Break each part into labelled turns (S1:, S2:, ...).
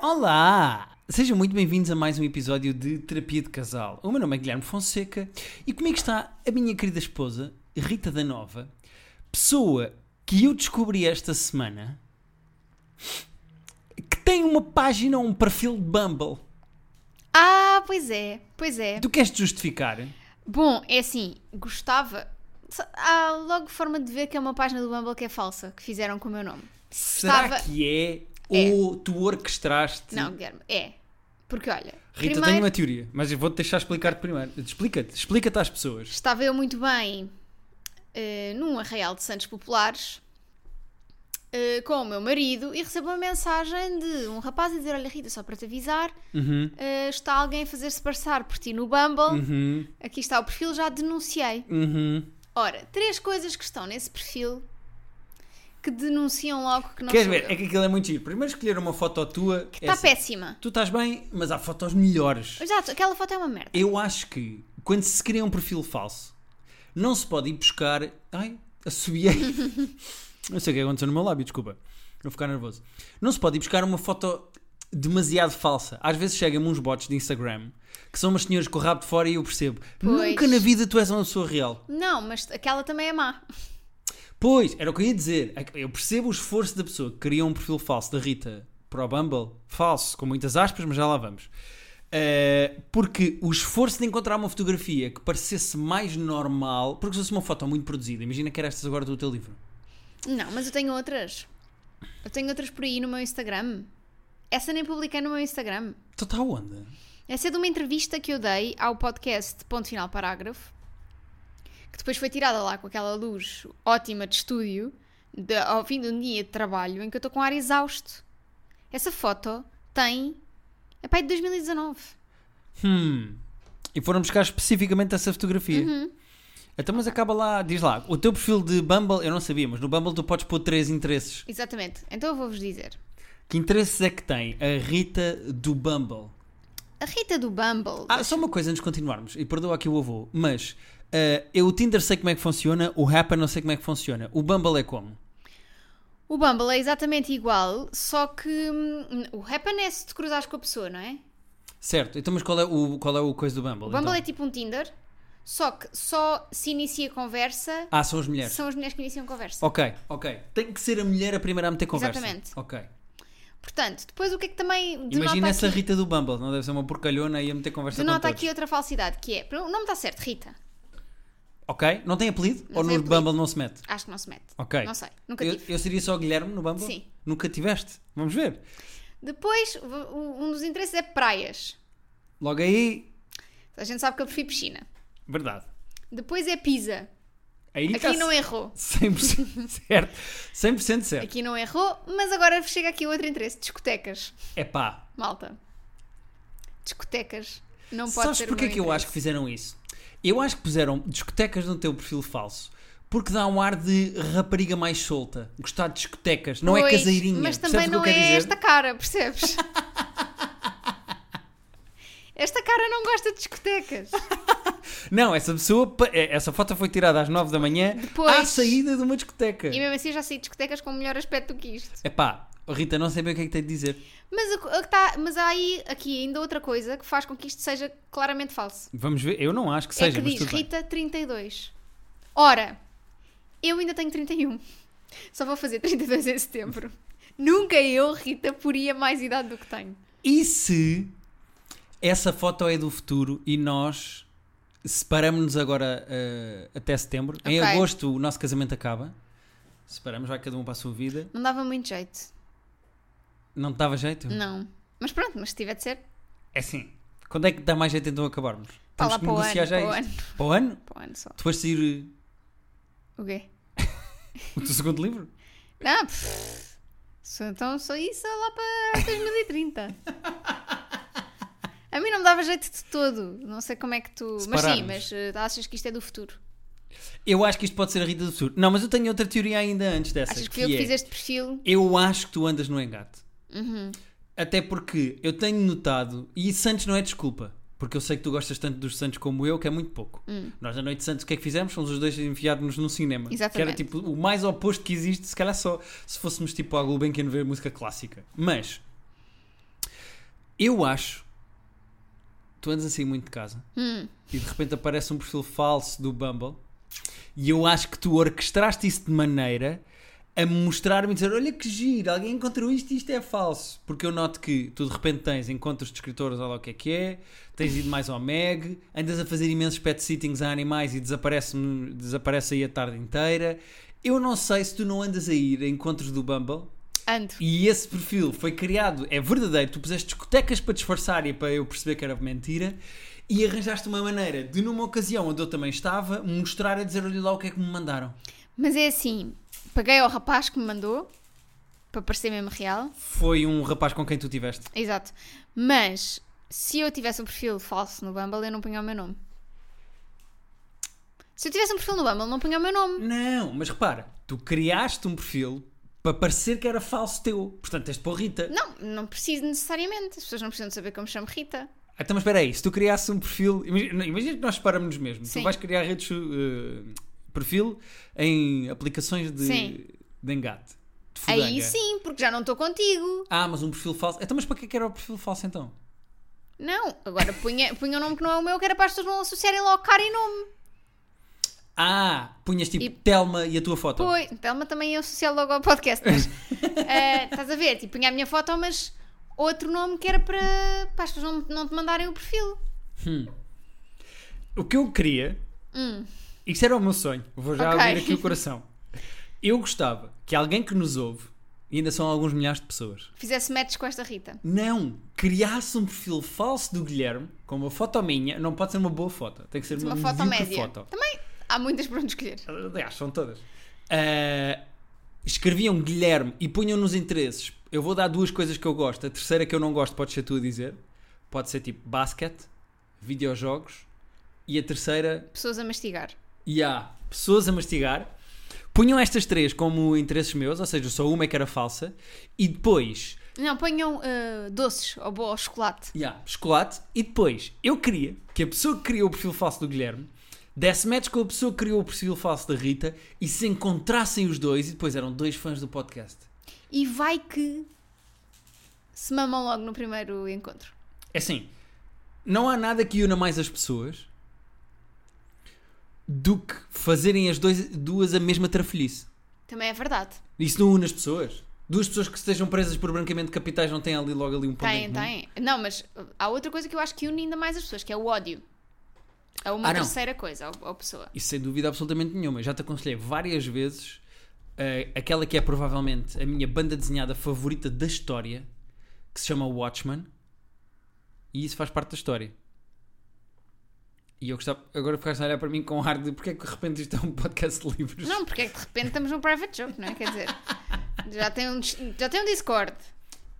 S1: Olá! Sejam muito bem-vindos a mais um episódio de Terapia de Casal. O meu nome é Guilherme Fonseca e comigo está a minha querida esposa, Rita da Nova, pessoa que eu descobri esta semana que tem uma página ou um perfil de Bumble.
S2: Ah, pois é, pois é.
S1: Tu queres te justificar?
S2: Bom, é assim, gostava. Só- Há logo forma de ver que é uma página do Bumble que é falsa, que fizeram com o meu nome.
S1: Será
S2: Estava-
S1: que é?
S2: É.
S1: Ou tu orquestraste?
S2: Não, Guilherme, é. Porque olha,
S1: Rita,
S2: primeiro
S1: tenho uma teoria, mas eu vou-te deixar explicar-te primeiro. Explica-te, explica-te às pessoas.
S2: estava eu muito bem eh, num arraial de Santos Populares eh, com o meu marido e recebo uma mensagem de um rapaz a dizer: Olha, Rita, só para te avisar,
S1: Uhum.
S2: eh, está alguém a fazer-se passar por ti no Bumble.
S1: Uhum.
S2: Aqui está o perfil, já denunciei.
S1: Uhum.
S2: Ora, três coisas que estão nesse perfil que denunciam logo que não Tá
S1: Queres
S2: sou
S1: ver?
S2: eu.
S1: É que aquilo é muito giro. Primeiro escolher uma foto tua.
S2: Que
S1: é
S2: está
S1: assim,
S2: péssima.
S1: Tu estás bem, mas há fotos melhores.
S2: Exato, aquela foto é uma merda.
S1: Eu acho que quando se cria um perfil falso, não se pode ir buscar. Ai, assobiei. não sei o que aconteceu no meu lábio, desculpa. Vou ficar nervoso. Não se pode ir buscar uma foto demasiado falsa. Às vezes chegam-me uns bots de Instagram que são umas senhoras com o rabo de fora e eu percebo.
S2: Pois.
S1: Nunca na vida tu és uma pessoa real.
S2: Não, mas aquela também é má.
S1: Pois, era o que eu ia dizer. É que Eu percebo o esforço da pessoa que cria um perfil falso da Rita para o Bumble. Falso, com muitas aspas, mas já lá vamos. Eh, porque o esforço de encontrar uma fotografia que parecesse mais normal, porque se fosse uma foto muito produzida, imagina que era estas agora do teu livro.
S2: Não, mas eu tenho outras. Eu tenho outras por aí no meu Instagram. Essa nem publiquei no meu Instagram.
S1: Então está onde?
S2: Essa é de uma entrevista que eu dei ao podcast Ponto Final Parágrafo, que depois foi tirada lá com aquela luz ótima de estúdio, de- ao fim de um dia de trabalho, em que eu estou com ar exausto. Essa foto tem. é pai de 2019.
S1: Hum. E foram buscar especificamente essa fotografia. Então, mas acaba lá, diz lá, o teu perfil de Bumble, eu não sabia, mas no Bumble tu podes pôr três interesses.
S2: Exatamente. Então eu vou-vos dizer.
S1: Que interesses é que tem a Rita do Bumble?
S2: A Rita do Bumble.
S1: Ah, só uma coisa antes de continuarmos, e perdoa aqui o avô, mas eh, eu o Tinder sei como é que funciona, o Happn não sei como é que funciona, o Bumble é como?
S2: O Bumble é exatamente igual, só que hum, o Happen é se te cruzares com a pessoa, não é?
S1: Certo, então mas qual é o, qual é o coisa do Bumble?
S2: O Bumble
S1: então?
S2: é tipo um Tinder, só que só se inicia conversa
S1: Ah, são as mulheres.
S2: são as mulheres que iniciam conversa.
S1: Ok, ok. Tem que ser a mulher a primeira a meter conversa.
S2: Exatamente.
S1: Ok.
S2: Portanto, depois o que é que também
S1: Imagina
S2: denota
S1: essa
S2: aqui,
S1: Rita do Bumble, não deve ser uma porcalhona e a meter conversa com
S2: denota
S1: todos.
S2: aqui outra falsidade, que é, o nome está certo, Rita,
S1: Ok? Não tem apelido?
S2: Não
S1: Ou no
S2: tem apelido.
S1: Bumble não se mete?
S2: acho que não se mete.
S1: Ok.
S2: Não sei, nunca
S1: eu,
S2: tive.
S1: eu seria só Guilherme no Bumble?
S2: Sim.
S1: Nunca tiveste? Vamos ver.
S2: Depois, o- o- um dos interesses é praias.
S1: Logo aí,
S2: A gente sabe que eu prefiro piscina.
S1: verdade.
S2: Depois é Pisa.
S1: Aí
S2: Aqui
S1: está-se
S2: não é. errou.
S1: 100% certo. 100% certo.
S2: Aqui não errou, mas agora chega aqui outro interesse, discotecas.
S1: É pá,
S2: Malta. Discotecas. Não pode
S1: sabes
S2: ser o
S1: porque é
S2: meu
S1: que eu
S2: interesse.
S1: acho que fizeram isso? Eu acho que puseram discotecas no teu perfil falso porque dá um ar de rapariga mais solta. Gostar de discotecas, não é
S2: Pois,
S1: caseirinha.
S2: Mas
S1: percebes
S2: também
S1: o que eu
S2: não é
S1: quero dizer?
S2: esta cara, percebes? esta cara não gosta de discotecas.
S1: Não, essa pessoa, pa- é- essa foto foi tirada às 9 da manhã
S2: Depois.
S1: à saída de uma discoteca.
S2: E mesmo assim eu já saí de discotecas com melhor aspecto do que isto.
S1: É pá, Rita, não sei bem o que é que tem de dizer.
S2: Mas, a co- a que tá- mas há aí aqui ainda outra coisa que faz com que isto seja claramente falso.
S1: Vamos ver, eu não acho que seja,
S2: é que
S1: mas
S2: diz
S1: tudo bem.
S2: Rita 32. Ora, eu ainda tenho 31. Só vou fazer 32 em setembro. Nunca eu, Rita, poria mais idade do que tenho.
S1: E se essa foto é do futuro e nós separamos-nos agora eh, até setembro? Em
S2: Ok.
S1: agosto o nosso casamento acaba. Separamos, vai cada um para a sua vida.
S2: Não dava muito jeito.
S1: Não te dava jeito?
S2: Não. Mas pronto, mas se tiver de ser,
S1: É assim. Quando é que dá mais jeito então acabarmos?
S2: Pá,
S1: Temos
S2: lá
S1: que
S2: para o
S1: negociar
S2: ano,
S1: já
S2: para o
S1: isto. Para o ano?
S2: pô, ano só.
S1: Depois de sair
S2: O quê?
S1: eh, o teu segundo livro?
S2: Não, Ah, pff, só- então só isso lá para 2030. A mim não me dava jeito de todo. Não sei como é que tu. Mas sim,
S1: Separarmos.
S2: mas eh, achas que isto é do futuro?
S1: Eu acho que isto pode ser a Rita do futuro. Não, mas eu tenho outra teoria ainda antes dessa.
S2: Achas que fui eu que
S1: é,
S2: fiz este perfil?
S1: Eu acho que tu andas no engate. Até porque eu tenho notado, e Santos não é desculpa, porque eu sei que tu gostas tanto dos Santos como eu, que é muito pouco. Nós, na noite de Santos, o que é que fizemos? Fomos os dois enfiados-nos num cinema. Que era
S2: Exatamente.
S1: tipo o mais oposto que existe, se calhar só se fôssemos tipo à Gulbenkian ver música clássica. Mas Eu acho. Tu andas assim muito de casa e de repente aparece um perfil falso do Bumble e eu acho que tu orquestraste isso de maneira a mostrar-me e dizer: Olha que giro, alguém encontrou isto e isto é falso. Porque eu noto que tu de repente tens encontros de escritores, olha lá o que é que é, tens ido mais ao MEG, andas a fazer imensos pet sittings a animais e desaparece, desaparece aí a tarde inteira. Eu não sei se tu não andas a ir a encontros do Bumble
S2: Ando.
S1: e esse perfil foi criado, é verdadeiro, tu puseste discotecas para disfarçar e para eu perceber que era mentira e arranjaste uma maneira de, numa ocasião onde eu também estava, mostrar a dizer-lhe lá o que é que me mandaram.
S2: Mas é assim, paguei ao rapaz que me mandou, para parecer mesmo real.
S1: Foi um rapaz com quem tu tiveste.
S2: Exato. Mas, se eu tivesse um perfil falso no Bumble, eu não punha o meu nome. Se eu tivesse um perfil no Bumble, não punha o meu nome.
S1: Não, mas repara, tu criaste um perfil para parecer que era falso teu. Portanto, tens de pôr Rita.
S2: Não, não preciso necessariamente. As pessoas não precisam de saber como me chamo Rita.
S1: Então, mas espera aí, se tu criasses um perfil. Imagina, imagina que nós separamos-nos mesmo.
S2: Sim.
S1: Tu vais criar redes. eh, perfil em aplicações de,
S2: Sim. É
S1: de engate. de
S2: Aí
S1: fudanga.
S2: sim, porque já não estou contigo.
S1: Ah, mas um perfil falso. Então, mas para que é que era o perfil falso então?
S2: Não, agora punha, punha um nome que não é o meu, que era para as pessoas não associarem logo cara e nome.
S1: Ah, punhas tipo
S2: E-
S1: Telma e a tua foto.
S2: Pois, Telma também eu associar logo ao podcast, mas eh, estás a ver? Tipo, punha a minha foto, mas outro nome que era para, para as pessoas não, não te mandarem o perfil.
S1: O que eu queria, isso era o meu sonho, vou já
S2: Hum. Ok.
S1: abrir aqui o coração. Eu gostava que alguém que nos ouve, e ainda são alguns milhares de pessoas,
S2: Fizesse match com esta Rita.
S1: não criasse um perfil falso do Guilherme com uma foto minha, não pode ser uma boa foto, tem que ser uma,
S2: uma foto
S1: medíocre
S2: média.
S1: foto.
S2: Também há muitas para onde escolher.
S1: Aliás, são todas. Ah, escreviam Guilherme e punham nos interesses. Eu vou dar duas coisas que eu gosto. A terceira que eu não gosto, pode ser tu a dizer. Pode ser tipo basquete, videojogos. E a terceira,
S2: Pessoas a mastigar.
S1: e há pessoas a mastigar. Punham estas três como interesses meus, ou seja, só uma é que era falsa. E depois,
S2: Não, ponham eh, doces ou, bo- ou chocolate.
S1: e há chocolate. E depois, eu queria que a pessoa que criou o perfil falso do Guilherme desse match com a pessoa que criou o perfil falso da Rita e se encontrassem os dois. E depois eram dois fãs do podcast.
S2: E vai que se mamam logo no primeiro encontro.
S1: É assim, não há nada que una mais as pessoas do que fazerem as dois, duas a mesma trafolhice.
S2: Também é verdade.
S1: Isso não une as pessoas. Duas pessoas que estejam presas por branqueamento de capitais não têm ali logo ali um ponto em
S2: Tem,
S1: comum?
S2: tem. tá Não, mas uh, há outra coisa que eu acho que une ainda mais as pessoas, que é o ódio. É uma
S1: Ah, não.
S2: terceira coisa ao- à pessoa.
S1: Isso sem dúvida absolutamente nenhuma. Eu Já te aconselhei várias vezes eh, aquela que é provavelmente a minha banda desenhada favorita da história, que se chama Watchmen, e isso faz parte da história. E eu gostava. Agora ficaste a olhar para mim com ar de porque é que de repente isto é um podcast de livros.
S2: Não, porque é que de repente estamos num private joke, não é? Quer dizer, já tem um, dis- já tem um Discord.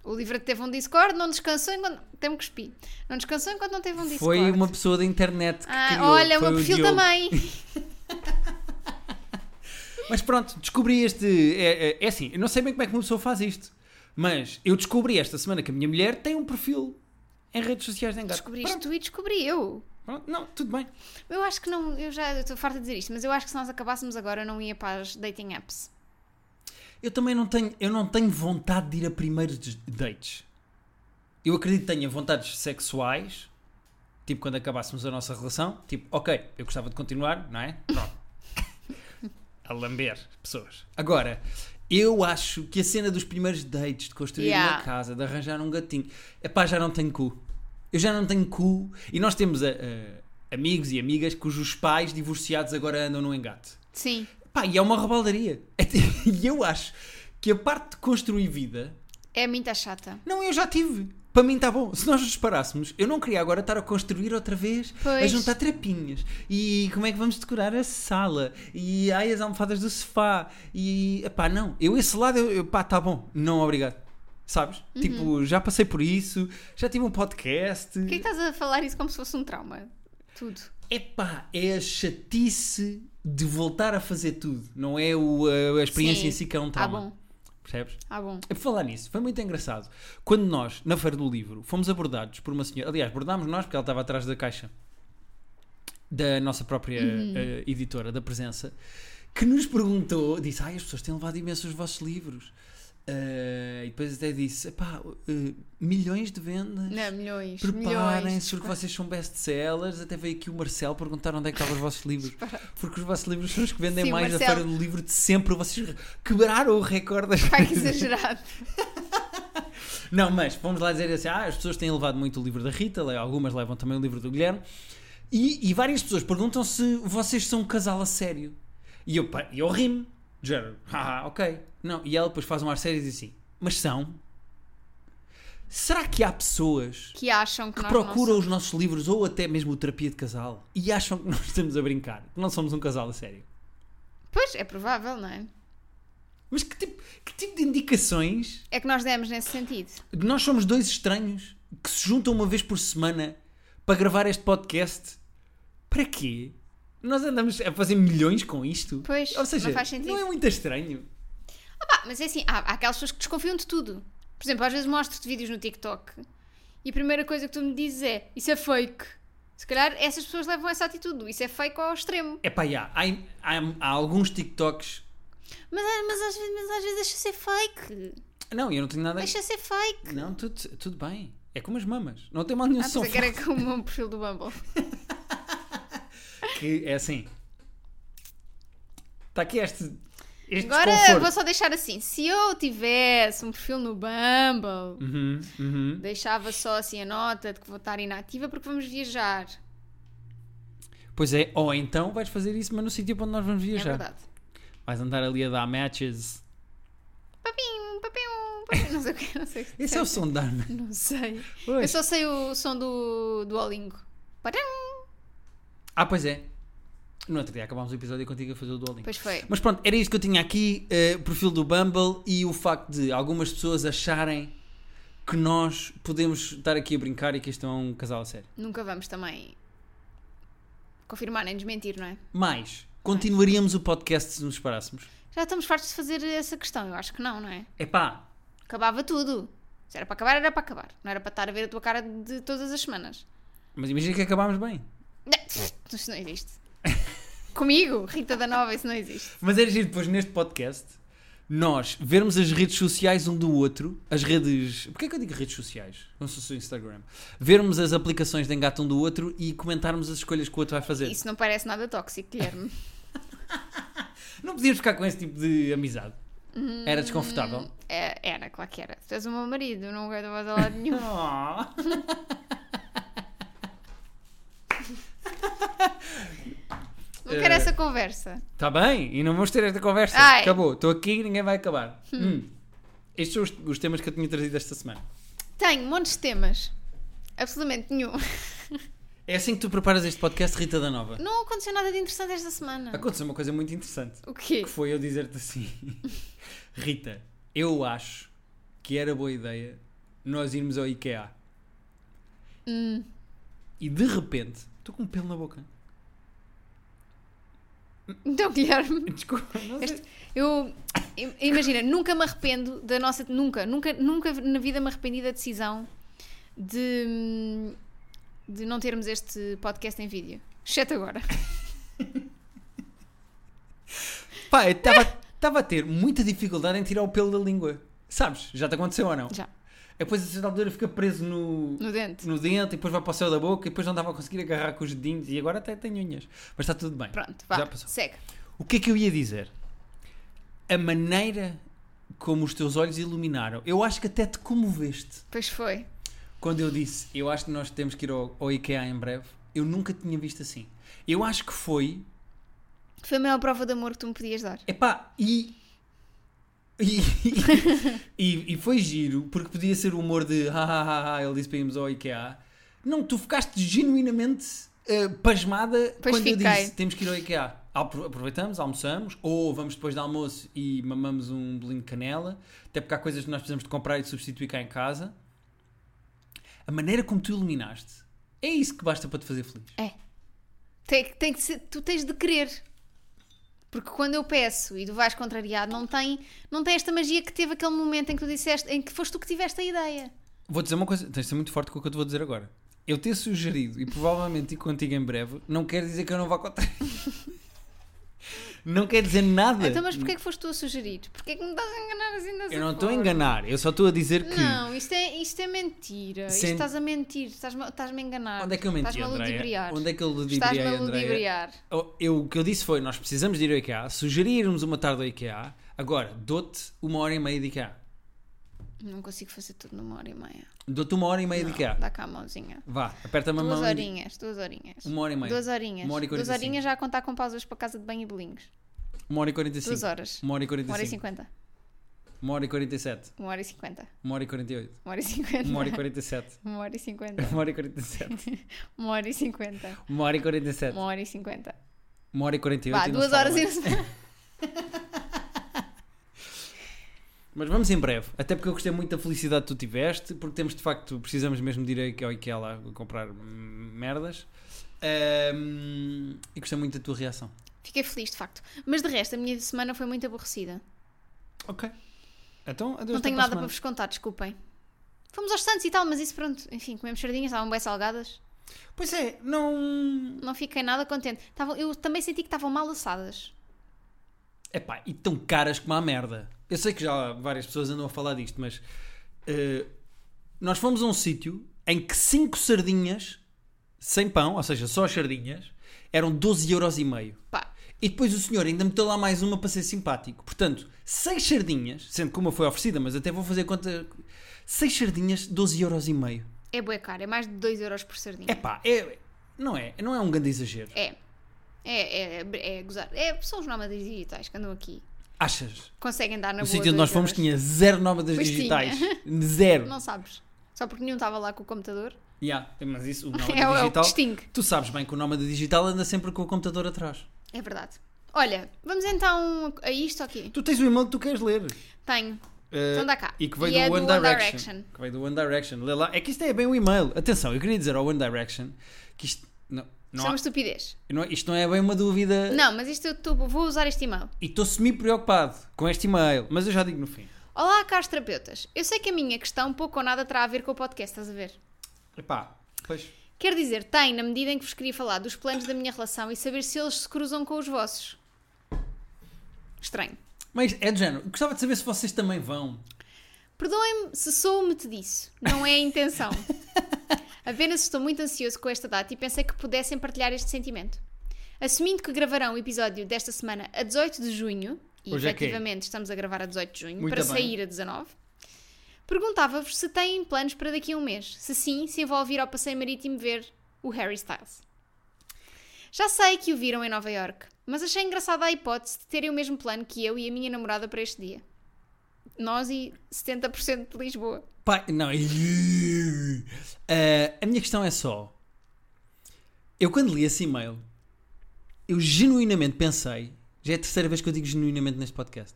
S2: O livro teve um Discord, não descansou enquanto. Tem-me que cuspir. Não descansou enquanto não teve um Discord.
S1: Foi uma pessoa da internet que
S2: Ah,
S1: criou,
S2: olha, o
S1: foi
S2: meu perfil
S1: Diogo.
S2: também.
S1: Mas pronto, descobri este. É, é- é assim, eu não sei bem como é que uma pessoa faz isto, mas eu descobri esta semana que a minha mulher tem um perfil em redes sociais de engate.
S2: Descobriste tu e descobri eu.
S1: Pronto, não, tudo bem.
S2: Eu acho que não. Eu já eu estou farta de dizer isto, mas eu acho que se nós acabássemos agora, eu não ia para as dating apps.
S1: Eu também não tenho, eu não tenho vontade de ir a primeiros des- dates. Eu acredito que tenha vontades sexuais, tipo quando acabássemos a nossa relação, tipo, ok, eu gostava de continuar, não é? Pronto. a lamber pessoas. Agora, eu acho que a cena dos primeiros dates, de construir
S2: Yeah.
S1: uma casa, de arranjar um gatinho, epá, já não tenho cu. Eu já não tenho cu. E nós temos a- a- amigos e amigas cujos pais divorciados agora andam no engate.
S2: Sim.
S1: Pá, e é uma rebaldaria. E eu acho que a parte de construir vida.
S2: É muito chata.
S1: Não, eu já tive. Para mim está bom. Se nós nos parássemos, eu não queria agora estar a construir outra vez, a
S2: Pois.
S1: juntar trapinhas. E como é que vamos decorar a sala? E ai, as almofadas do sofá. E pá, não. Eu, esse lado, eu, eu, pá, está bom. Não, obrigado. Sabes?
S2: Uhum.
S1: Tipo, já passei por isso, já tive um podcast.
S2: Porquê que tá- estás a falar isso como se fosse um trauma? Tudo.
S1: Epá, é a chatice de voltar a fazer tudo. Não é o, a, a experiência
S2: Sim.
S1: em si que é um
S2: Ah,
S1: trauma.
S2: bom.
S1: Percebes?
S2: Ah, bom.
S1: Por falar nisso, foi muito engraçado. Quando nós, na Feira do Livro, fomos abordados por uma senhora. Aliás, abordámos nós porque ela estava atrás da caixa da nossa própria
S2: Uhum.
S1: eh, editora da Presença, que nos perguntou: disse, ai, as pessoas têm levado imenso os vossos livros. Eh, e depois até disse: "Epá, eh, milhões de vendas.
S2: Não, milhões. milhões.
S1: Preparem-se porque vocês são best sellers. Até veio aqui o Marcelo perguntar onde é que estavam os vossos livros. Porque os vossos livros são os que vendem
S2: Sim, o
S1: mais na
S2: Marcelo-
S1: feira do livro de sempre. Vocês quebraram o recorde das
S2: Pá, que
S1: vendas.
S2: exagerado.
S1: Não, mas vamos lá dizer assim: ah, as pessoas têm levado muito o livro da Rita, le- algumas levam também o livro do Guilherme, e, e várias pessoas perguntam se vocês são um casal a sério. E eu, pá, eu rimo, de género, haha, ok. Não, e ela depois faz um ar sério e diz assim: mas são? Será que há pessoas
S2: Que acham que,
S1: que
S2: nós
S1: procuram os nossos livros ou até mesmo o terapia de casal e acham que nós estamos a brincar, que não somos um casal a sério?
S2: não... Pois, é provável, não é?
S1: Mas que tipo, que tipo de indicações
S2: É que nós demos nesse sentido.
S1: Nós somos dois estranhos que se juntam uma vez por semana para gravar este podcast. Para quê? Nós andamos a fazer milhões com isto?
S2: Pois,
S1: Ou seja,
S2: não faz sentido.
S1: não é muito estranho.
S2: Pá, mas é assim, há, há aquelas pessoas que desconfiam de tudo. Por exemplo, às vezes mostro-te vídeos no TikTok e a primeira coisa que tu me dizes é isso é fake. Se calhar essas pessoas levam essa atitude, isso é fake ao extremo.
S1: É pá, há, há, há alguns TikToks.
S2: Mas, há- mas, às, vezes, mas às vezes deixa ser fake.
S1: Não, eu não tenho nada.
S2: Deixa ser fake.
S1: Não, tudo, tudo bem. É como as mamas. Não tem mal nenhum
S2: Ah,
S1: som.
S2: pensei que era como um perfil do Bumble.
S1: Que é assim. Está aqui este. este
S2: Agora
S1: desconforto.
S2: vou só deixar assim. Se eu tivesse um perfil no Bumble,
S1: Uhum, uhum.
S2: deixava só assim a nota de que vou estar inativa porque vamos viajar.
S1: Pois é, ou então vais fazer isso, mas no sítio para onde nós vamos
S2: É
S1: viajar.
S2: verdade.
S1: vais andar ali a dar matches.
S2: Papim, papim, papim. um Não sei o que, não sei o que.
S1: Esse é o som de dar matches.
S2: Não sei. Eu
S1: Pois.
S2: só sei o som do Duolingo. Padam!
S1: Ah, pois é. No outro dia acabámos o episódio contigo a fazer o Duolingo.
S2: Pois foi.
S1: Mas pronto, era isto que eu tinha aqui: eh, o perfil do Bumble e o facto de algumas pessoas acharem que nós podemos estar aqui a brincar e que isto é um casal a sério.
S2: Nunca vamos também confirmar nem desmentir, não é?
S1: Mas, continuaríamos o podcast se nos parássemos?
S2: Já estamos fartos de fazer essa questão. Eu acho que não, não é?
S1: Epá,
S2: Acabava tudo. Se era para acabar, era para acabar. Não era para estar a ver a tua cara de todas as semanas.
S1: mas imagina que acabámos bem.
S2: Não, isso não existe. Comigo, Rita da Nova, isso não existe.
S1: Mas era giro depois neste podcast nós vermos as redes sociais um do outro, as redes. Porquê é que eu digo redes sociais? Não sou só Instagram. Vermos as aplicações de engate um do outro e comentarmos as escolhas que o outro vai fazer.
S2: Isso não parece nada tóxico, Guilherme.
S1: Não podíamos ficar com esse tipo de amizade.
S2: Hum.
S1: Era desconfortável.
S2: É, era, claro que era. Tu és o meu marido, não aguento mais a lado nenhum.
S1: Oh.
S2: Não quero
S1: É.
S2: essa conversa.
S1: Está Tá bem, e não vamos ter esta conversa.
S2: Ai.
S1: Acabou, estou aqui e ninguém vai acabar. Hum. Estes são os, os temas que eu tinha trazido esta semana.
S2: Tenho montes de temas. Absolutamente nenhum.
S1: É assim que tu preparas este podcast, Rita da Nova.
S2: Não aconteceu nada de interessante esta semana.
S1: Aconteceu uma coisa muito interessante.
S2: O quê?
S1: que foi eu dizer-te assim: Rita, eu acho que era boa ideia nós irmos ao IKEA.
S2: Hum.
S1: E de repente, estou com um pelo na boca.
S2: Então, Guilherme,
S1: Desculpa, não sei.
S2: Este- eu. im- Imagina, nunca me arrependo da nossa. Nunca, nunca, nunca na vida me arrependi da decisão de. hum, de não termos este podcast em vídeo. Exceto agora.
S1: Pá, eu estava a ter muita dificuldade em tirar o pelo da língua. Sabes? Já te aconteceu ou não?
S2: Já.
S1: Depois a certa altura fica preso no,
S2: No dente.
S1: no dente, e depois vai para o céu da boca, e depois não estava a conseguir agarrar com os dedinhos, e agora até tenho unhas. Mas está tudo bem.
S2: Pronto, vá.
S1: Já passou.
S2: Segue.
S1: O que é que eu ia dizer? A maneira como os teus olhos iluminaram. Eu acho que até te comoveste
S2: Pois foi.
S1: quando eu disse eu acho que nós temos que ir ao, ao IKEA em breve. Eu nunca tinha visto assim. Eu acho que foi.
S2: Foi a maior prova de amor que tu me podias dar.
S1: Epá, e. E, e, e foi giro, porque podia ser o humor de "Ah, ah, ah, ah, ele disse para irmos ao IKEA. Não, tu ficaste genuinamente eh, pasmada
S2: Pois
S1: quando eu
S2: fiquei.
S1: disse temos que ir ao IKEA. Apro- Aproveitamos, almoçamos, ou vamos depois do almoço e mamamos um bolinho de canela, até porque há coisas que nós precisamos de comprar e de substituir cá em casa. A maneira como tu iluminaste é isso que basta para te fazer feliz.
S2: É. Tem, tem que ser, tu tens de querer. Porque quando eu peço e tu vais contrariado, não tem, não tem esta magia que teve aquele momento em que tu disseste, em que foste tu que tiveste a ideia.
S1: Vou dizer uma coisa, tens de ser muito forte com o que eu te vou dizer agora. Eu ter sugerido e provavelmente ir contigo em breve, não quer dizer que eu não vá contar. Não quer dizer nada.
S2: Então, mas porquê é que foste tu a sugerir? Porquê é que me estás a enganar assim dessa
S1: Eu não estou a
S2: forma?
S1: enganar, eu só estou a dizer que.
S2: Não, isto é, isto é mentira. Isto
S1: Sem-
S2: estás a mentir, estás-me estás-me a enganar.
S1: Onde é que eu menti,
S2: Estás-me a
S1: Andréia?
S2: ludibriar.
S1: Onde é que eu ludibriei,
S2: Estás-me a
S1: Andréia?
S2: ludibriar.
S1: Eu- eu- o que eu disse foi: nós precisamos de ir ao IKEA, sugerirmos uma tarde ao IKEA, agora dou-te uma hora e meia de IKEA.
S2: Não consigo fazer tudo numa hora e meia.
S1: Dou-te uma hora e meia
S2: Não,
S1: de IKEA.
S2: dá cá a mãozinha.
S1: Vá, aperta-me a
S2: Duas
S1: mão. e-
S2: horinhas, duas horinhas.
S1: Uma hora e meia.
S2: Duas horinhas.
S1: Uma hora e
S2: duas
S1: 45.
S2: horinhas já a contar com pausas para casa de banho e bolinhos.
S1: Uma hora e quarenta e cinco.
S2: Duas horas.
S1: Uma hora e
S2: Uma
S1: quarenta
S2: hora
S1: e
S2: e
S1: cinco.
S2: cinquenta.
S1: Uma hora e quarenta e sete.
S2: Uma hora e cinquenta.
S1: Uma hora e quarenta e oito.
S2: Uma hora e cinquenta.
S1: Uma hora e quarenta e sete.
S2: Uma hora e cinquenta.
S1: Uma hora e quarenta e sete.
S2: Uma hora e cinquenta.
S1: Uma hora e quarenta e sete.
S2: Uma hora e cinquenta.
S1: Uma hora e quarenta e oito.
S2: Vá,
S1: e não se
S2: duas
S1: fala
S2: horas e
S1: mais.
S2: não se fala.
S1: Mas vamos em breve, até porque eu gostei muito da felicidade que tu tiveste, porque temos de facto, precisamos mesmo de ir ao IKEA lá comprar hum, merdas. Ahm, e gostei muito da tua reação.
S2: Fiquei feliz, de facto. Mas de resto, a minha semana foi muito aborrecida.
S1: Ok. Então, adeus.
S2: Não
S1: até
S2: tenho
S1: para a
S2: nada para
S1: semana.
S2: vos contar, desculpem. Fomos aos Santos e tal, mas isso pronto. Enfim, comemos sardinhas, estavam bem salgadas.
S1: Pois é, não.
S2: Não fiquei nada contente. Estavam- eu também senti que estavam mal assadas.
S1: Epá, e tão caras como a merda. Eu sei que já várias pessoas andam a falar disto, mas. eh, nós fomos a um sítio em que 5 sardinhas, sem pão, ou seja, só as sardinhas, eram 12,5€.
S2: Pá,
S1: E depois o senhor ainda meteu lá mais uma para ser simpático. Portanto, seis sardinhas, sendo que uma foi oferecida, mas até vou fazer conta. Seis sardinhas, 12,5€.
S2: é bué caro, é mais de 2 euros por sardinha.
S1: É pá, é. Não é, não é um grande exagero.
S2: É. É, é, é, é gozar. É, são os nómadas digitais que andam aqui.
S1: Achas?
S2: Conseguem dar na
S1: O
S2: boa
S1: sítio onde
S2: dois
S1: nós fomos
S2: euros.
S1: tinha zero nómadas
S2: Pois
S1: digitais. Zero.
S2: Não sabes. Só porque nenhum estava lá com o computador.
S1: Ya, mas isso, o
S2: É, o- é
S1: nómada
S2: o que
S1: digital.
S2: distingue.
S1: Tu sabes bem que o nómada digital anda sempre com o computador atrás.
S2: É verdade. Olha, vamos então a isto aqui.
S1: Tu tens o e-mail que tu queres ler.
S2: Tenho.
S1: Eh,
S2: Então dá cá.
S1: E que veio
S2: E é
S1: do, One,
S2: do One
S1: Direction.
S2: Direction.
S1: Que veio do One Direction. Lê lá. É que isto é bem o e-mail. Atenção, eu queria dizer ao One Direction que isto não,
S2: Isso
S1: não
S2: é
S1: há-
S2: uma estupidez.
S1: não- isto não é bem uma dúvida.
S2: Não, mas isto eu tô- vou usar este e-mail.
S1: E estou semi preocupado com este e-mail, mas eu já digo no fim.
S2: Olá, caros terapeutas. Eu sei que a minha questão pouco ou nada terá a ver com o podcast, estás a ver?
S1: Epá, pois.
S2: Quer dizer, tem, na medida em que vos queria falar dos planos da minha relação e saber se eles se cruzam com os vossos. Estranho.
S1: Mas é do género. Gostava de saber se vocês também vão.
S2: Perdoem-me se sou mete disso. Não é a intenção. Apenas estou muito ansioso com esta data e pensei que pudessem partilhar este sentimento. Assumindo que gravarão o episódio desta semana a 18 de junho, e
S1: Hoje é quê?
S2: efetivamente estamos a gravar a 18 de junho,
S1: Muito
S2: para
S1: bem.
S2: sair a 19, perguntava-vos se têm planos para daqui a um mês. Se sim, se envolve ir ao passeio marítimo ver o Harry Styles. Já sei que o viram em Nova York, mas achei engraçada a hipótese de terem o mesmo plano que eu e a minha namorada para este dia. Nós e 70% de Lisboa.
S1: Pá, não. Eh, a minha questão é só. Eu quando li esse e-mail, eu genuinamente pensei. Já é a terceira vez que eu digo genuinamente neste podcast.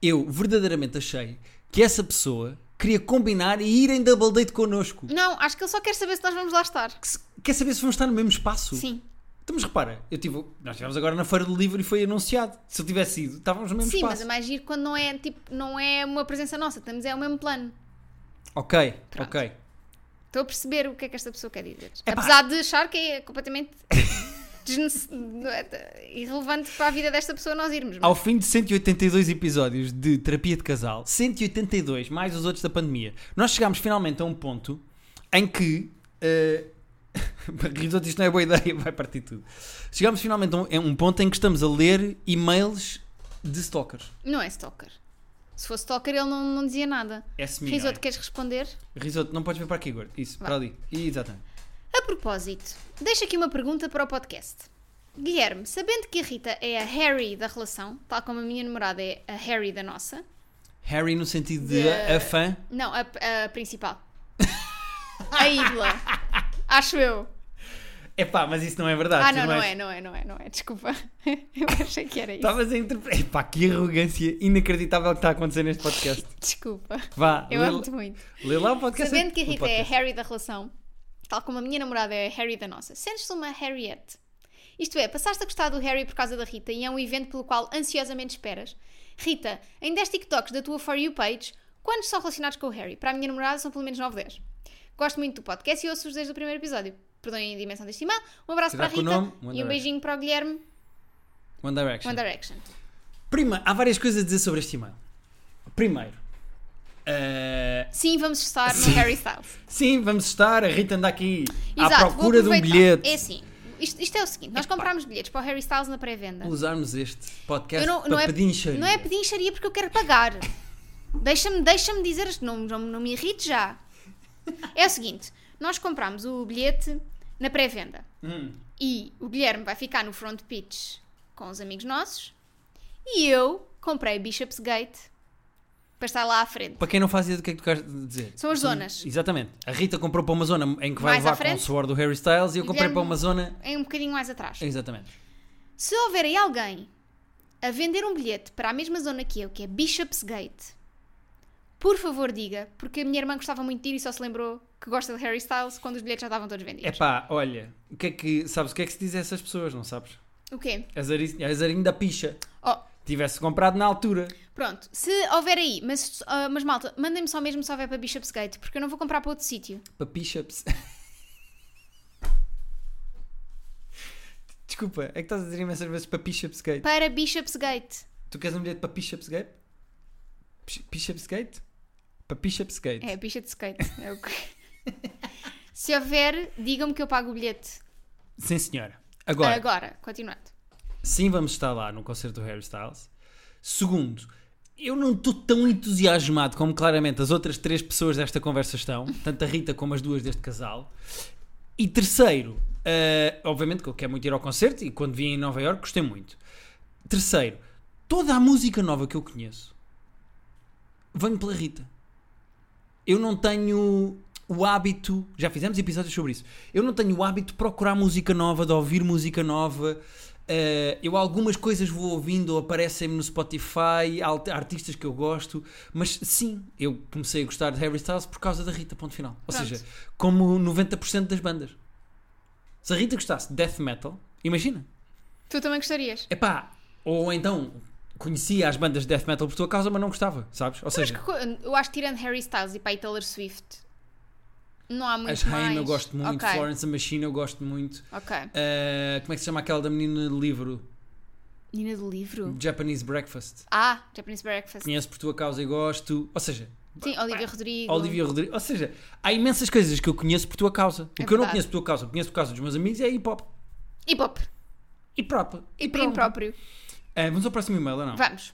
S1: Eu verdadeiramente achei que essa pessoa queria combinar e ir em double date connosco.
S2: Não, acho que ele só quer saber se nós vamos lá estar.
S1: Que se- Quer saber se vamos estar no mesmo espaço?
S2: Sim.
S1: Então, mas repara, eu tive, nós estivemos agora na Feira do Livro e foi anunciado. Se eu tivesse ido, estávamos no mesmo
S2: Sim, mas
S1: espaço.
S2: é mais giro quando não é, tipo, não é uma presença nossa, estamos é o mesmo plano.
S1: Ok,
S2: Pronto.
S1: ok.
S2: Estou a perceber o que é que esta pessoa quer dizer.
S1: Epá.
S2: Apesar de achar que é completamente desnece- é, irrelevante para a vida desta pessoa nós irmos. mas-
S1: Ao fim de 182 episódios de terapia de casal, 182 mais os outros da pandemia, nós chegámos finalmente a um ponto em que. eh, risoto, isto não é boa ideia, vai partir tudo. Chegámos finalmente a um, a um ponto em que estamos a ler e-mails de stalkers.
S2: Não é stalker. Se fosse stalker, ele não, não dizia nada.
S1: É seminal.
S2: Risoto, queres responder?
S1: Risoto, não podes ver para aqui, gordo. Isso, para ali. Exatamente.
S2: A propósito, deixo aqui uma pergunta para o podcast. Guilherme, sabendo que a Rita é a Harry da relação, tal como a minha namorada é a Harry da nossa,
S1: Harry, no sentido de
S2: De-
S1: a fã.
S2: não, a, a principal, a ídola, acho eu.
S1: Epá, mas isso não é verdade.
S2: Ah,
S1: tu
S2: não, não
S1: vais-
S2: é, não é, não é, não é, desculpa. Eu achei que era isso.
S1: Estavas a interpretar. Epá, que arrogância inacreditável que está a acontecer neste podcast.
S2: Desculpa,
S1: Vá,
S2: eu
S1: lê-
S2: amo-te muito.
S1: Lê lá o podcast.
S2: Sabendo que a
S1: o
S2: Rita é a
S1: podcast.
S2: Harry da relação, tal como a minha namorada é a Harry da nossa, sentes-te uma Harriet. Isto é, passaste a gostar do Harry por causa da Rita e é um evento pelo qual ansiosamente esperas. Rita, em 10 TikToks da tua For You page, quantos são relacionados com o Harry? Para a minha namorada são pelo menos 9 10. Gosto muito do podcast e ouço-os desde o primeiro episódio. Perdoem a dimensão deste e Um
S1: Cuidado
S2: abraço para a
S1: com o
S2: Rita
S1: nome, um
S2: e um
S1: abraço.
S2: beijinho para o Guilherme.
S1: One Direction.
S2: One Direction.
S1: Prima, há várias coisas a dizer sobre este e-mail. Primeiro, eh,
S2: Sim, vamos estar
S1: Sim.
S2: no Harry Styles.
S1: sim, vamos estar, a Rita anda aqui
S2: Exato,
S1: à
S2: vou
S1: procura de um
S2: aproveitar.
S1: bilhete.
S2: É assim. Isto, isto é o seguinte: nós
S1: Epá.
S2: comprámos bilhetes para o Harry Styles na pré-venda.
S1: Usarmos este podcast
S2: Eu não,
S1: para
S2: não, é,
S1: pedincharia.
S2: não é pedincharia porque eu quero pagar. Deixa-me deixa dizer este nome, não, não me irrite já. É o seguinte: nós comprámos o bilhete na pré-venda
S1: Hum.
S2: e o Guilherme vai ficar no front pitch com os amigos nossos e eu comprei Bishopsgate para estar lá à frente.
S1: Para quem não faz ideia do que é que tu queres dizer.
S2: São as zonas.
S1: Exatamente. A Rita comprou para uma zona em que vai
S2: Mais à
S1: levar com o
S2: frente.
S1: suor do Harry Styles e eu
S2: O
S1: comprei
S2: Guilherme-
S1: para uma zona.
S2: É um bocadinho mais atrás.
S1: Exatamente.
S2: Se houver aí alguém a vender um bilhete para a mesma zona que eu, que é Bishopsgate, por favor diga, porque a minha irmã gostava muito de ir e só se lembrou que gosta de Harry Styles quando os bilhetes já estavam todos vendidos.
S1: Epá, olha, o que é que. Sabes o que é que se diz a essas pessoas, não sabes?
S2: O quê?
S1: Azarinho, azarinho da picha.
S2: Oh,
S1: Tivesse comprado na altura.
S2: pronto, se houver aí, mas, ah, mas malta, mandem-me só mesmo se houver para Bishopsgate, porque eu não vou comprar para outro sítio.
S1: Para Bishops. Desculpa, é que estás a dizer imensas vezes para Bishops Gate.
S2: Para Bishopsgate.
S1: Tu queres um bilhete para Bishops Gate? Bish- Bishops Gate? Para Bishops Gate.
S2: É, Bishopsgate. É o que... se houver, digam-me que eu pago o bilhete.
S1: Sim, senhora. Agora,
S2: Agora, continuando.
S1: sim, vamos estar lá no concerto do Harry Styles. Segundo, eu não estou tão entusiasmado como claramente as outras três pessoas desta conversa estão, tanto a Rita como as duas deste casal. E terceiro, eh, obviamente que eu quero muito ir ao concerto e quando vim em Nova Iorque gostei muito. Terceiro, toda a música nova que eu conheço venho pela Rita. Eu não tenho o hábito, já fizemos episódios sobre isso. Eu não tenho o hábito de procurar música nova, de ouvir música nova. Eh, eu algumas coisas vou ouvindo ou aparecem-me no Spotify, alt- artistas que eu gosto, mas sim, eu comecei a gostar de Harry Styles por causa da Rita, ponto final. Ou
S2: Pronto.
S1: seja, como 90% das bandas. Se a Rita gostasse de death metal, imagina.
S2: Tu também gostarias?
S1: Epá, ou então conhecia as bandas de death metal por tua causa, mas não gostava, sabes? Ou
S2: Mas
S1: seja,
S2: que co- eu acho que tirando Harry Styles e pai Taylor Swift, não há muito
S1: as Haim
S2: mais.
S1: eu gosto muito,
S2: Ok,
S1: Florence and Machine eu gosto muito.
S2: Ok.
S1: Uh, como é que se chama aquela da menina de livro?
S2: Menina do livro?
S1: Japanese Breakfast.
S2: Ah, Japanese Breakfast.
S1: Conheço por tua causa e gosto. Ou seja,
S2: Sim, Olivia Rodrigo.
S1: Olivia Rodrigo. Ou seja, há imensas coisas que eu conheço por tua causa. O que eu
S2: É
S1: não
S2: verdade.
S1: conheço por tua causa, conheço por causa dos meus amigos é hip hop.
S2: Hip hop.
S1: E próprio.
S2: E próprio.
S1: Uh, vamos ao próximo e-mail ou não?
S2: Vamos.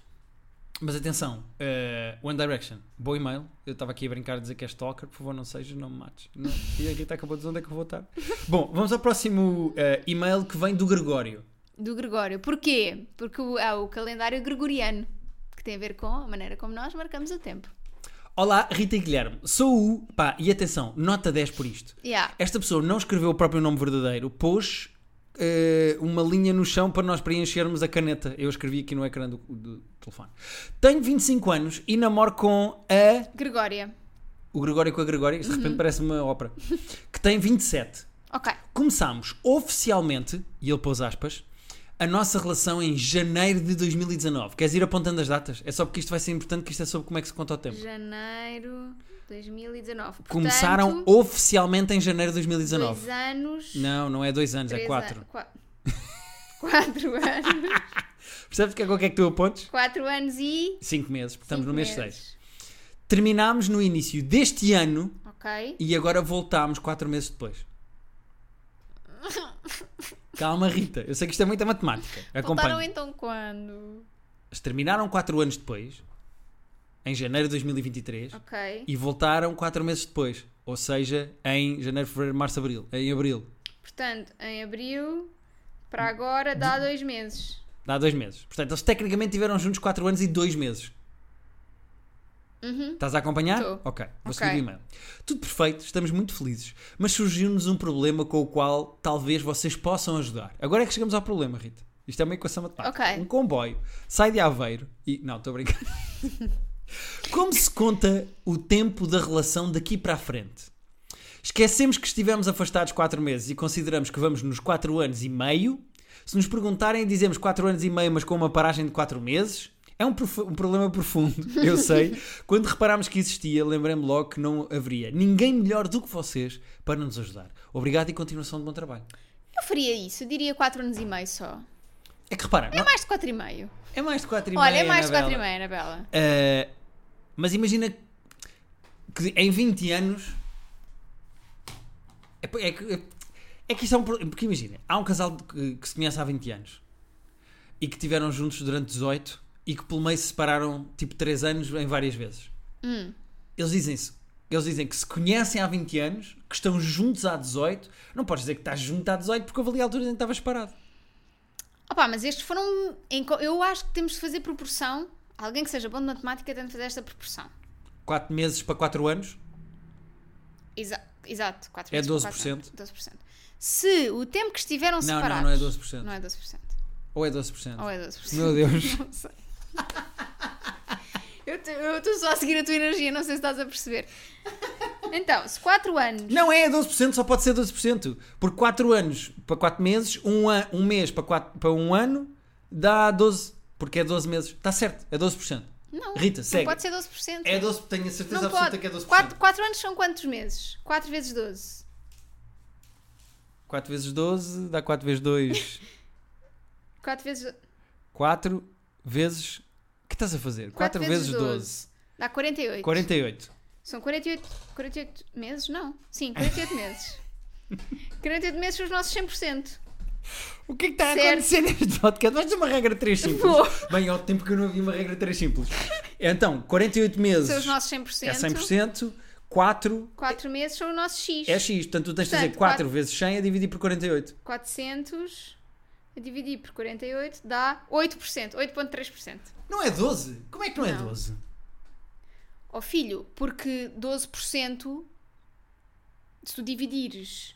S1: Mas atenção, eh, One Direction, bom e-mail. Eu estava aqui a brincar a dizer que é stalker, por favor, não seja, não me mates. Não. E a Rita acabou de dizer onde é que eu vou estar. bom, vamos ao próximo eh, e-mail que vem do Gregório.
S2: Do Gregório. Porquê? Porque o- há o calendário gregoriano, que tem a ver com a maneira como nós marcamos o tempo.
S1: Olá, Rita e Guilherme. Sou o. Pá, e atenção, nota 10 por isto.
S2: Yeah.
S1: Esta pessoa não escreveu o próprio nome verdadeiro, pôs eh, uma linha no chão para nós preenchermos a caneta. Eu escrevi aqui no ecrã do, do telefone. Tenho 25 anos e namoro com a.
S2: Gregória. o
S1: O Gregório com a Gregória, isto de repente parece uma ópera. Que tem 27.
S2: Ok.
S1: Começámos oficialmente, e ele pôs aspas, a nossa relação em janeiro de 2019. Queres ir apontando as datas? É só porque isto vai ser importante, que isto é sobre como é que se conta o tempo.
S2: Janeiro 2019.
S1: Começaram
S2: Portanto,
S1: oficialmente em janeiro de 2019.
S2: dois anos.
S1: Não, não é dois anos,
S2: três
S1: é
S2: an-
S1: quatro.
S2: qua- Quatro anos.
S1: Percebes que é com o que é que tu apontes?
S2: Quatro anos e.
S1: Cinco meses, porque estamos
S2: cinco
S1: no mês
S2: meses.
S1: 6. Terminámos no início deste ano
S2: Ok.
S1: e agora voltámos quatro meses depois. Calma, Rita. Eu sei que isto é muita matemática.
S2: Voltaram
S1: Acompanhe.
S2: então quando?
S1: Eles Terminaram quatro anos depois, em janeiro de 2023,
S2: Ok.
S1: e voltaram quatro meses depois. Ou seja, em janeiro, fevereiro, março, abril. Em abril.
S2: Portanto, em abril
S1: Hum.
S2: para agora dá dois meses.
S1: Dá dois meses. Portanto, eles tecnicamente tiveram juntos 4 anos e 2 meses. Estás a acompanhar?
S2: Uhum. Tô.
S1: Ok, vou
S2: Ok.
S1: seguir o e-mail. Tudo perfeito, estamos muito felizes, mas surgiu-nos um problema com o qual talvez vocês possam ajudar. Agora é que chegamos ao problema, Rita. Isto é uma equação matemática.
S2: Ok.
S1: Um comboio sai de Aveiro e. Não, estou a brincar. Como se conta o tempo da relação daqui para a frente? Esquecemos que estivemos afastados 4 meses e consideramos que vamos nos 4 anos e meio. Se nos perguntarem, dizemos 4 anos e meio, mas com uma paragem de 4 meses. É um, profu- um problema profundo, eu sei. Quando reparámos que existia, lembrei-me logo que não haveria ninguém melhor do que vocês para nos ajudar. Obrigado e continuação de bom trabalho.
S2: Eu faria isso, eu diria quatro anos e meio só.
S1: É que repara,
S2: É
S1: não-
S2: mais de 4,5.
S1: é mais de 4,5.
S2: Olha, é mais de
S1: Anabela.
S2: 4,5, Anabela.
S1: Ah, mas imagina que em 20 anos. É, po- é que- é- é que isto é um problema. Porque imagina, há um casal de- que, que se conhece há 20 anos e que estiveram juntos durante 18 e que pelo meio se separaram tipo 3 anos em várias vezes.
S2: Hum.
S1: Eles dizem-se. Eles dizem que se conhecem há 20 anos, que estão juntos há 18. Não podes dizer que estás junto há 18 porque houve ali alturas em que estavas parado.
S2: Opa, mas estes foram. em co- Eu acho que temos de fazer proporção. Alguém que seja bom de matemática tem de fazer esta proporção.
S1: 4 meses para 4 anos.
S2: Exa- exato, 4
S1: É 12%.
S2: 12%. Se o tempo que estiveram
S1: Não, não,
S2: separados.
S1: não é 12%.
S2: Não é 12%.
S1: Ou é 12%.
S2: Ou é 12%.
S1: Meu Deus.
S2: Não sei. Eu te- eu estou só a seguir a tua energia, não sei se estás a perceber. Então, se 4 anos.
S1: Não é 12%, só pode ser 12%. Porque 4 anos para 4 meses, 1 um, an- um mês para, 4, para 1 ano, dá 12. Porque é 12 meses. Está certo, é 12%.
S2: Não,
S1: Rita,
S2: não
S1: segue.
S2: pode ser 12%.
S1: É 12, tenho a certeza
S2: não
S1: absoluta
S2: pode.
S1: que é 12%.
S2: 4,
S1: 4,
S2: anos são quantos meses? 4 vezes 12.
S1: vezes 12 dá 4 vezes 2.
S2: 4 vezes.
S1: 4 vezes. O que estás a fazer? 4 vezes 12.
S2: Dá 48.
S1: 48.
S2: São 48, 48 meses? Não. Sim, 48 meses. 48 meses são os nossos 100%.
S1: O que é que está a
S2: Certo.
S1: acontecer neste podcast? Vais ter uma regra 3 simples.
S2: Vou.
S1: Bem, ao tempo que eu não havia uma regra 3 simples. Então, 48 meses
S2: São os nossos 100%.
S1: é 100%. 4
S2: 4 meses são o nosso X.
S1: É X, portanto tu tens de fazer
S2: Portanto,
S1: 4
S2: quatro-
S1: vezes 100 a dividir por 48.
S2: 400 a dividir por 48 dá 8%, 8.3%.
S1: Não é 12? Como é que não, é
S2: Não.
S1: 12?
S2: Ó filho, porque 12% se tu dividires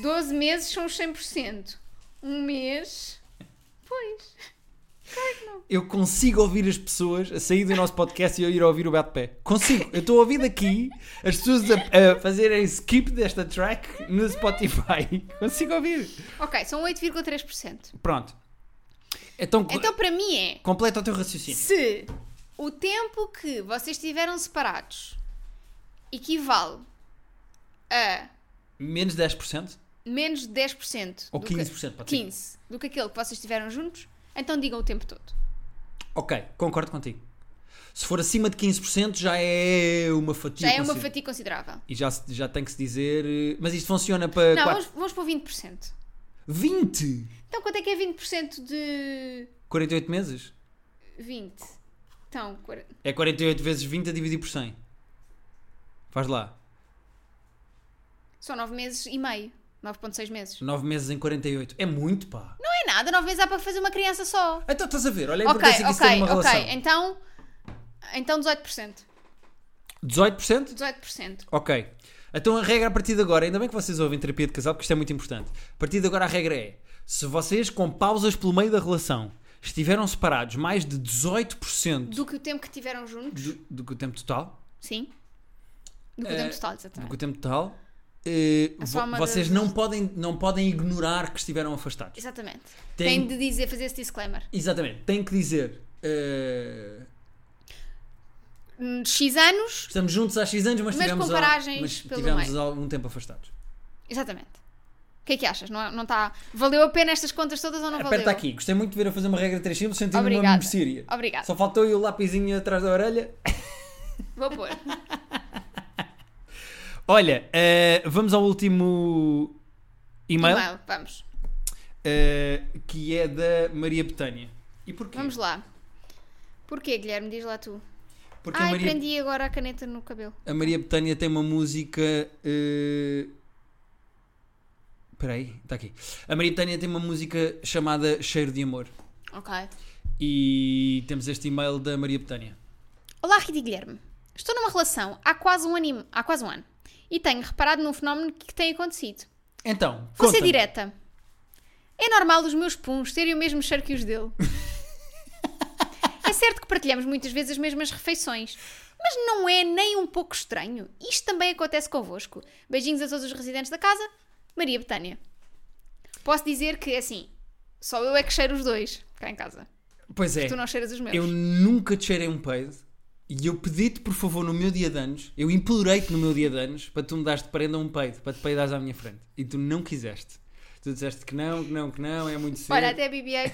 S2: 12 meses são os 100%. Um mês, pois.
S1: Eu consigo ouvir as pessoas a sair do nosso podcast e eu ir ouvir o bate-pé. Consigo. Eu estou a ouvir daqui as pessoas a, a fazerem skip desta track no Spotify. Consigo ouvir.
S2: Ok, são 8,3%.
S1: Pronto. Então, co-
S2: Então para mim é
S1: completa o teu raciocínio.
S2: se o tempo que vocês estiveram separados equivale a
S1: Menos 10%?
S2: menos de 10%
S1: Ou
S2: do que-
S1: 15%, pode ser.
S2: 15 do que aquele que vocês estiveram juntos, então digam o tempo todo.
S1: Ok, concordo contigo. Se for acima de 15% já é uma fatia.
S2: Já é uma
S1: consider-
S2: fatia considerável.
S1: E já, se- já tem que se dizer... eh, Mas isto funciona para...
S2: Não, vamos,
S1: quatro-
S2: vamos pôr 20%.
S1: 20!
S2: Então quanto é que é 20% de
S1: 48 meses?
S2: 20? Então, 40.
S1: É 48 vezes 20 a dividir por 100. Faz lá.
S2: são 9 meses e meio. 9,6 meses.
S1: 9 meses em 48. É muito, pá.
S2: Não é nada, 9 meses dá para fazer uma criança só.
S1: Então estás a ver, olha a
S2: ok,
S1: importância que isso tem
S2: ok,
S1: numa
S2: ok.
S1: relação.
S2: Então, então 18%.
S1: 18%?
S2: 18%.
S1: Ok. Então a regra a partir de agora, ainda bem que vocês ouvem terapia de casal, porque isto é muito importante. A partir de agora a regra é: se vocês com pausas pelo meio da relação estiveram separados mais de 18%
S2: Do que o tempo que tiveram juntos?
S1: do, do que o tempo total,
S2: Sim. Do que o
S1: Eh,
S2: tempo total,
S1: do que
S2: exatamente.
S1: o tempo total, eh,
S2: Tá. É só
S1: vo-
S2: uma
S1: vocês
S2: das-
S1: não podem, não podem ignorar que estiveram afastados.
S2: Exatamente.
S1: Tem-
S2: Tem de dizer, fazer esse disclaimer.
S1: Exatamente, tem que dizer. eh,
S2: Hum, X anos,
S1: Estamos juntos há X anos, mas,
S2: Mas
S1: tivemos,
S2: com paragens
S1: mas
S2: pelo
S1: tivemos
S2: meio.
S1: algum tempo afastados.
S2: exatamente. O que é que achas? Não, é- não tá... Valeu a pena estas contas todas ou não
S1: Aperta
S2: valeu?
S1: aqui, gostei muito de ver a fazer uma regra 3 simples, sentindo uma
S2: Obrigada.
S1: mercearia.
S2: Obrigada.
S1: Só faltou eu o lapizinho atrás da orelha.
S2: Vou pôr.
S1: Olha, eh, vamos ao último e-mail,
S2: E-mail, Vamos.
S1: eh, que é da Maria Betânia. E porquê?
S2: Vamos lá. Porquê, Guilherme? Diz lá tu.
S1: Porque
S2: ah,
S1: a, Maria,
S2: prendi agora a caneta no cabelo.
S1: a Maria Betânia tem uma música. eh, Espera aí, está aqui. A Maria Betânia tem uma música chamada Cheiro de Amor.
S2: Ok.
S1: E temos este e-mail da Maria Betânia.
S2: Olá, Rita e Guilherme. Estou numa relação há quase um, anime, há quase um ano e tenho reparado num fenómeno que tem acontecido.
S1: Então,
S2: Vou ser
S1: conta-me.
S2: direta. É normal os meus puns terem o mesmo cheiro que os dele. é certo que partilhamos muitas vezes as mesmas refeições, mas não é nem um pouco estranho. Isto também acontece convosco. Beijinhos a todos os residentes da casa. Maria Betânia. Posso dizer que, assim, só eu é que cheiro os dois cá em casa.
S1: Pois é.
S2: Tu não cheiras os meus.
S1: Eu nunca te cheirei um peido e eu pedi-te, por favor, no meu dia de anos, eu implorei-te no meu dia de anos para tu me dares de prenda um peido, para te peidares à minha frente. E tu não quiseste. Tu disseste que não, que não, que não, é muito cedo.
S2: Olha, até a BB-8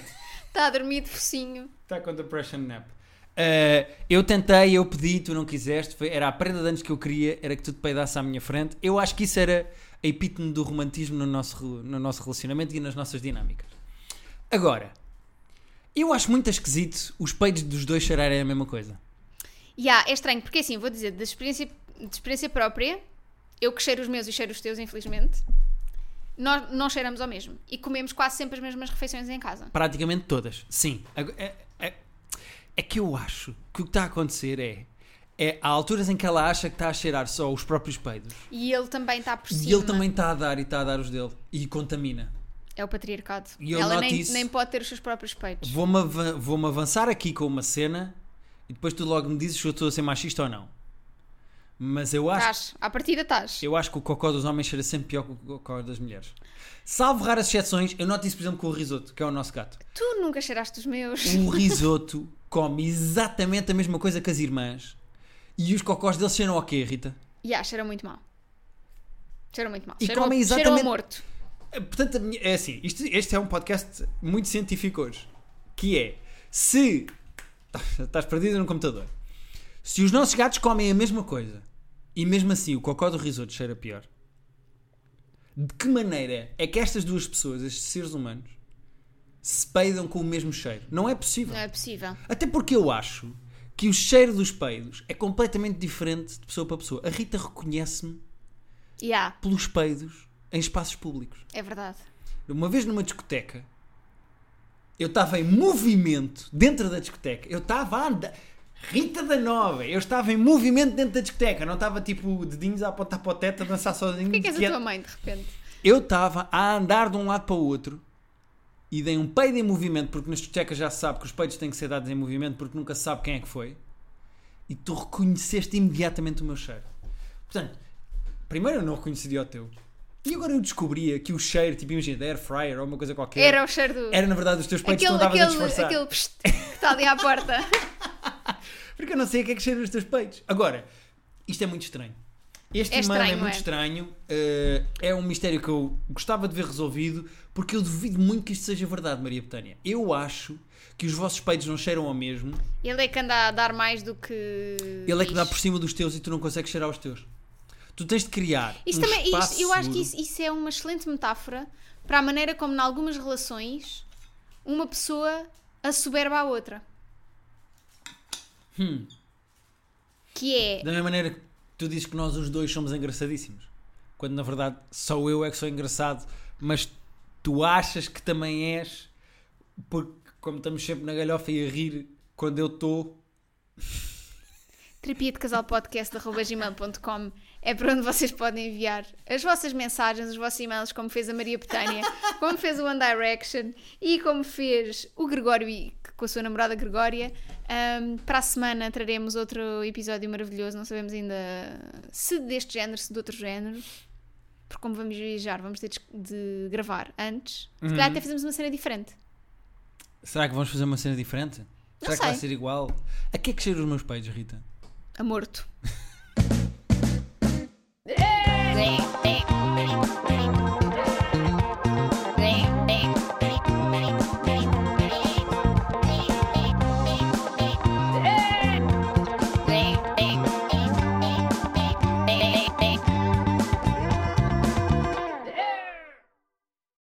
S2: está a dormir de focinho.
S1: Está Tá com depression nap. Eh, eu tentei, eu pedi, tu não quiseste. Foi- era a prenda de anos que eu queria, era que tu te peidasse à minha frente. Eu acho que isso era a epítome do romantismo no nosso, re- no nosso relacionamento e nas nossas dinâmicas. Agora, eu acho muito esquisito os peidos dos dois cheirarem a mesma coisa.
S2: E há, é estranho, porque assim, vou dizer, de experiência, de experiência própria, eu que cheiro os meus e cheiro os teus, infelizmente, nós não cheiramos ao mesmo. E comemos quase sempre as mesmas refeições em casa.
S1: Praticamente todas, sim. Ago- É, é- é que eu acho que o que está a acontecer é. É, há alturas em que ela acha que está a cheirar só os próprios peidos.
S2: E ele também está por cima.
S1: E ele também está a dar e está a dar os dele. E contamina.
S2: É o patriarcado.
S1: E eu
S2: Ela
S1: noto
S2: nem,
S1: isso.
S2: nem pode ter os seus próprios peitos.
S1: Vou-me avan- vou-me avançar aqui com uma cena e depois tu logo me dizes se eu estou a ser machista ou não. Mas eu acho,
S2: Estás. À partida estás.
S1: eu acho que o cocó dos homens cheira sempre pior que o cocó das mulheres. Salvo raras exceções, eu noto isso, por exemplo, com o risoto, que é o nosso gato.
S2: Tu nunca cheiraste os meus.
S1: O risoto come exatamente a mesma coisa que as irmãs e os cocós deles cheiram ao quê, Rita?
S2: Ya, cheira muito mal. Cheira muito mal.
S1: E
S2: Cheira
S1: comem
S2: Cheira
S1: exatamente-
S2: a morto.
S1: Eh, Portanto, a minha- é assim, isto- este é um podcast muito científico hoje, que é, se estás perdido no computador, se os nossos gatos comem a mesma coisa e mesmo assim o cocó do risoto cheira pior, de que maneira é que estas duas pessoas, estes seres humanos, se peidam com o mesmo cheiro? Não é possível.
S2: Não é possível.
S1: Até porque eu acho que o cheiro dos peidos é completamente diferente de pessoa para pessoa. A Rita reconhece-me
S2: Ya,
S1: pelos peidos em espaços públicos.
S2: é verdade.
S1: Uma vez numa discoteca, eu estava em movimento dentro da discoteca. Eu estava a andar. Rita da Nova, eu estava em movimento dentro da discoteca, não estava tipo dedinhos a apontar para o teto a dançar sozinho.
S2: Porquê que és a
S1: quieto.
S2: tua mãe, de repente?
S1: Eu estava a andar de um lado para o outro e dei um peido em movimento, porque nas discotecas já se sabe que os peidos têm que ser dados em movimento porque nunca se sabe quem é que foi. E tu reconheceste imediatamente o meu cheiro. Portanto, primeiro eu não reconheci o teu. E agora eu descobria que o cheiro, tipo imagina, da air fryer ou uma coisa qualquer,
S2: Era o cheiro do...
S1: é- era, na verdade os teus peidos que tu andavas
S2: aquele,
S1: a
S2: aquele,
S1: disfarçar.
S2: aquele pst que está ali à porta.
S1: Porque eu não sei o que é que cheira os teus peitos. Agora, isto é muito estranho. Este e-mail
S2: É
S1: é
S2: estranho,
S1: muito
S2: é.
S1: estranho. eh, é um mistério que eu gostava de ver resolvido, porque eu duvido muito que isto seja verdade, Maria Betânia. Eu acho que os vossos peitos não cheiram ao mesmo.
S2: Ele é que anda a dar mais do que.
S1: Ele é que dá
S2: diz.
S1: por cima dos teus e tu não consegues cheirar os teus. Tu tens de criar.
S2: Isto
S1: um
S2: também,
S1: espaço
S2: isto- eu acho que
S1: seguro.
S2: isso, isso é uma excelente metáfora para a maneira como, em algumas relações, uma pessoa assoberba a outra.
S1: Hum.
S2: Que é.
S1: Da mesma maneira que tu dizes que nós os dois somos engraçadíssimos. Quando na verdade só eu é que sou engraçado, mas tu achas que também és, porque como estamos sempre na galhofa e a rir, quando eu estou.
S2: terapia de casal podcast.gmail.com é para onde vocês podem enviar as vossas mensagens, os vossos e-mails, como fez a Maria Petânia, como fez o One Direction e como fez o Gregório e- com a sua namorada Gregória. Ahm, para a semana traremos outro episódio maravilhoso, não sabemos ainda se deste género, se de outro género. Porque como vamos viajar, vamos ter de- de gravar antes. Se calhar até fazemos uma cena diferente.
S1: Será que vamos fazer uma cena diferente? Será que
S2: sei.
S1: vai ser igual? A que é que cheiram os meus peitos, Rita?
S2: A morto.
S3: Blah, blah,